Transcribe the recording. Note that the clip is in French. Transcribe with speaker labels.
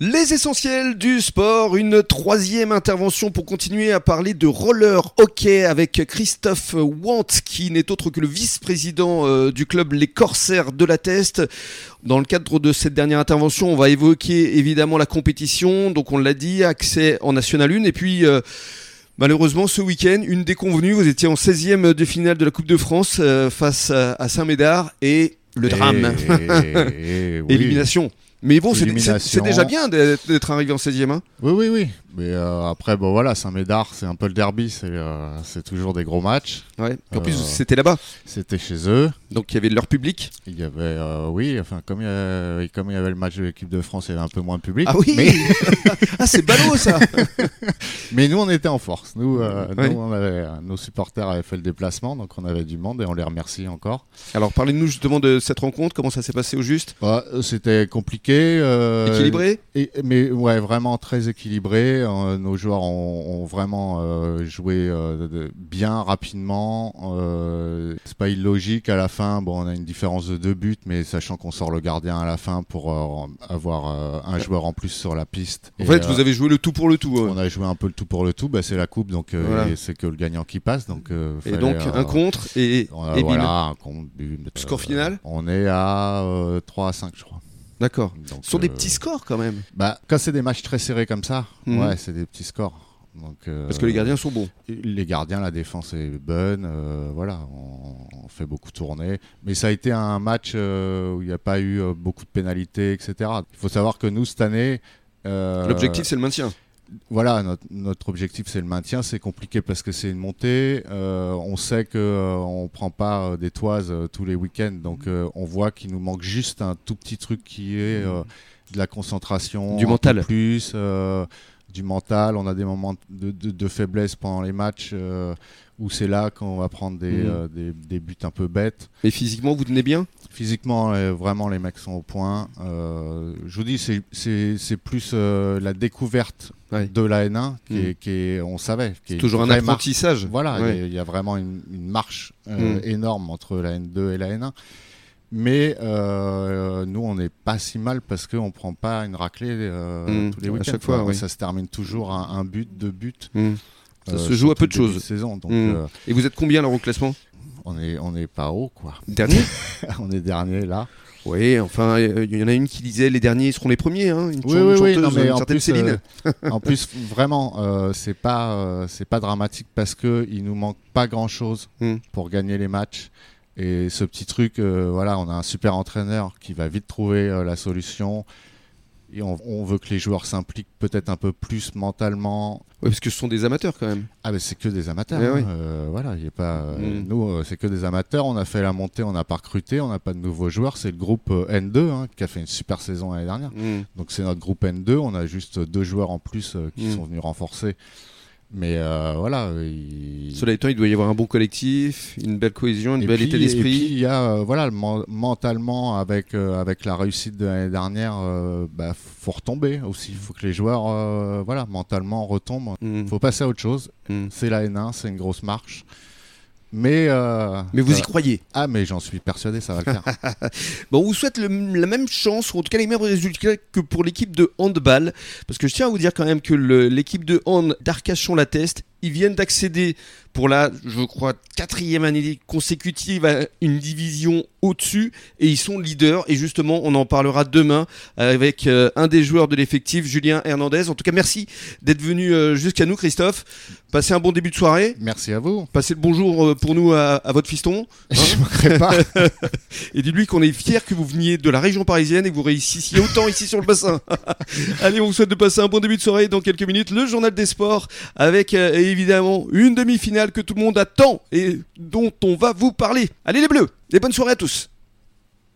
Speaker 1: Les essentiels du sport, une troisième intervention pour continuer à parler de roller hockey avec Christophe Want qui n'est autre que le vice-président euh, du club Les Corsaires de la Teste. Dans le cadre de cette dernière intervention, on va évoquer évidemment la compétition, donc on l'a dit, accès en National 1 et puis... euh, Malheureusement, ce week-end, une déconvenue, vous étiez en 16e de finale de la Coupe de France euh, face à à Saint-Médard et le drame,
Speaker 2: Et- et- Eh, oui.
Speaker 1: élimination. Mais bon, c'est- c'est c'est
Speaker 2: Élimination.
Speaker 1: déjà bien d'être d'être arrivé en 16e. hein.
Speaker 2: Oui, oui, oui. Mais euh, après, bon voilà, Saint-Médard, c'est un peu le derby, c'est euh, c'est toujours des gros matchs.
Speaker 1: Ouais. En plus,
Speaker 2: Euh.
Speaker 1: c'était là-bas,
Speaker 2: C'était chez eux.
Speaker 1: donc il y avait leur public.
Speaker 2: Il y avait, euh, oui, enfin, comme il, y avait, comme il y avait le match de l'équipe de France, il y avait un peu moins de public.
Speaker 1: Ah oui
Speaker 2: mais,
Speaker 1: Ah, c'est ballot ça
Speaker 2: mais nous, on était en force. Nous, euh,
Speaker 1: Oui.
Speaker 2: nous, on avait- nos supporters avaient fait le déplacement, donc on avait du monde et on les remercie encore.
Speaker 1: Alors, parlez-nous justement de cette rencontre, comment ça s'est passé au juste
Speaker 2: Bah, euh, c'était compliqué. euh,
Speaker 1: Équilibré
Speaker 2: et- mais ouais, vraiment très équilibré. Euh, nos joueurs ont, ont vraiment euh, joué euh, de- bien, rapidement. Euh, c'est pas illogique à la fin. Bon, on a une différence de deux buts, mais sachant qu'on sort le gardien à la fin pour euh, avoir euh, un joueur en plus sur la piste.
Speaker 1: En
Speaker 2: Et,
Speaker 1: fait,
Speaker 2: euh,
Speaker 1: vous avez joué le tout pour le tout. hein.
Speaker 2: on a joué un peu le tout pour le tout. Bah, c'est la coupe, donc euh,
Speaker 1: Voilà.
Speaker 2: et c'est que le gagnant qui passe. Donc, euh,
Speaker 1: Et
Speaker 2: fallait,
Speaker 1: donc, un
Speaker 2: euh,
Speaker 1: contre et,
Speaker 2: on a-
Speaker 1: et bim.
Speaker 2: voilà, un compte, but.
Speaker 1: Score
Speaker 2: Euh,
Speaker 1: final
Speaker 2: On est à euh, 3 à 5, je crois.
Speaker 1: D'accord.
Speaker 2: Donc,
Speaker 1: Ce sont des
Speaker 2: euh,
Speaker 1: petits scores quand même,
Speaker 2: Bah, quand c'est des matchs très serrés comme ça,
Speaker 1: Mhm.
Speaker 2: ouais, c'est des petits scores. Donc, euh,
Speaker 1: parce que les gardiens sont bons.
Speaker 2: les gardiens, la défense est bonne. euh, voilà, on, on fait beaucoup tourner. Mais ça a été un match euh, où il n'y a pas eu euh, beaucoup de pénalités, etc. Il faut savoir que nous cette année. euh,
Speaker 1: L'objectif, c'est le maintien.
Speaker 2: voilà, notre, notre objectif c'est le maintien. C'est compliqué parce que c'est une montée. Euh, on sait que euh, on prend pas euh, des toises euh, tous les week-ends, donc euh, on voit qu'il nous manque juste un tout petit truc qui est euh, de la concentration,
Speaker 1: Du
Speaker 2: un peu
Speaker 1: mental.
Speaker 2: plus euh, du mental. On a des moments de, de- de faiblesse pendant les matchs euh, où c'est là qu'on va prendre des,
Speaker 1: Mhm.
Speaker 2: euh, des- des buts un peu bêtes.
Speaker 1: Et physiquement, vous tenez bien
Speaker 2: Physiquement, euh, vraiment, les mecs sont au point. Euh, je vous dis, c'est- c'est c'est plus euh, la découverte
Speaker 1: Ouais.
Speaker 2: de la N1 qui
Speaker 1: Mm.
Speaker 2: est, qui est- on savait. qui est
Speaker 1: C'est
Speaker 2: une
Speaker 1: toujours un
Speaker 2: vraie marche.
Speaker 1: apprentissage.
Speaker 2: Voilà, il
Speaker 1: Ouais.
Speaker 2: y a- il y, a vraiment une, une marche euh,
Speaker 1: Mm.
Speaker 2: énorme entre la N2 et la N1. Mais euh, nous, on n'est pas si mal parce qu'on ne prend pas une raclée euh,
Speaker 1: Mm.
Speaker 2: tous les
Speaker 1: À
Speaker 2: week-ends.
Speaker 1: chaque fois,
Speaker 2: quoi.
Speaker 1: oui.
Speaker 2: Ça se termine toujours à un but, deux buts.
Speaker 1: Mm. Ça
Speaker 2: euh,
Speaker 1: se joue à peu de
Speaker 2: surtout début
Speaker 1: choses.
Speaker 2: saison, donc
Speaker 1: Mm.
Speaker 2: euh,
Speaker 1: Et vous êtes combien alors au classement
Speaker 2: on n'est on est pas haut, quoi.
Speaker 1: Dernier
Speaker 2: on est dernier là.
Speaker 1: Oui, enfin, euh, il y en a une qui disait les derniers seront les premiers. hein. Une, chan- une chanteuse,
Speaker 2: non, mais
Speaker 1: une
Speaker 2: en
Speaker 1: certaine
Speaker 2: plus,
Speaker 1: Céline.
Speaker 2: euh, en plus, vraiment, euh, c'est pas, euh, c'est pas dramatique parce que il nous manque pas grand chose
Speaker 1: Hmm.
Speaker 2: pour gagner les matchs. Et ce petit truc, euh, voilà, on a un super entraîneur qui va vite trouver euh, la solution. Et on, on veut que les joueurs s'impliquent peut-être un peu plus mentalement.
Speaker 1: Ouais, parce que ce sont des amateurs quand même.
Speaker 2: Ah mais c'est que des amateurs.
Speaker 1: Eh
Speaker 2: hein.
Speaker 1: oui.
Speaker 2: Euh, voilà, il y a pas. euh,
Speaker 1: Mm.
Speaker 2: Nous, euh, c'est que des amateurs. On a fait la montée, on n'a pas recruté, on n'a pas de nouveaux joueurs. C'est le groupe euh, N2 hein, qui a fait une super saison l'année dernière.
Speaker 1: Mm.
Speaker 2: Donc c'est notre groupe N2, on a juste deux joueurs en plus euh, qui
Speaker 1: Mm.
Speaker 2: sont venus renforcer. Mais euh, voilà, euh, il...
Speaker 1: Cela étant, il doit y avoir un bon collectif, une belle cohésion, une
Speaker 2: et
Speaker 1: belle
Speaker 2: puis-
Speaker 1: état
Speaker 2: et puis,
Speaker 1: d'esprit.
Speaker 2: il y a euh, voilà, le men- mentalement avec euh, avec la réussite de l'année dernière, euh, bah, faut retomber aussi. Il faut que les joueurs euh, voilà mentalement retombent.
Speaker 1: Mm.
Speaker 2: Faut passer à autre chose.
Speaker 1: Mm.
Speaker 2: C'est la N1, c'est une grosse marche. Mais euh,
Speaker 1: Mais vous
Speaker 2: ça-
Speaker 1: y croyez
Speaker 2: ah mais j'en suis persuadé, ça va le faire.
Speaker 1: Bon, on vous souhaite le- la même chance, ou en tout cas les mêmes résultats que pour l'équipe de handball. Parce que je tiens à vous dire quand même que le- l'équipe de hand d'Arcachon la Teste, ils viennent d'accéder pour la, je crois, quatrième année consécutive à une division au-dessus. Et ils sont leaders. Et justement, on en parlera demain avec euh, un des joueurs de l'effectif, Julien Hernandez. En tout cas, merci d'être venu euh, jusqu'à nous, Christophe. Passez un bon début de soirée.
Speaker 2: Merci à vous.
Speaker 1: Passez le bonjour euh, pour nous à- à votre fiston.
Speaker 2: Je manquerai pas.
Speaker 1: Et dis-lui qu'on est fier que vous veniez de la région parisienne et que vous réussissiez autant ici sur le bassin. Allez, on vous souhaite de passer un bon début de soirée. Dans quelques minutes, le journal des sports avec euh, évidemment une demi-finale que tout le monde attend et dont on va vous parler. Allez les bleus et bonne soirée à tous.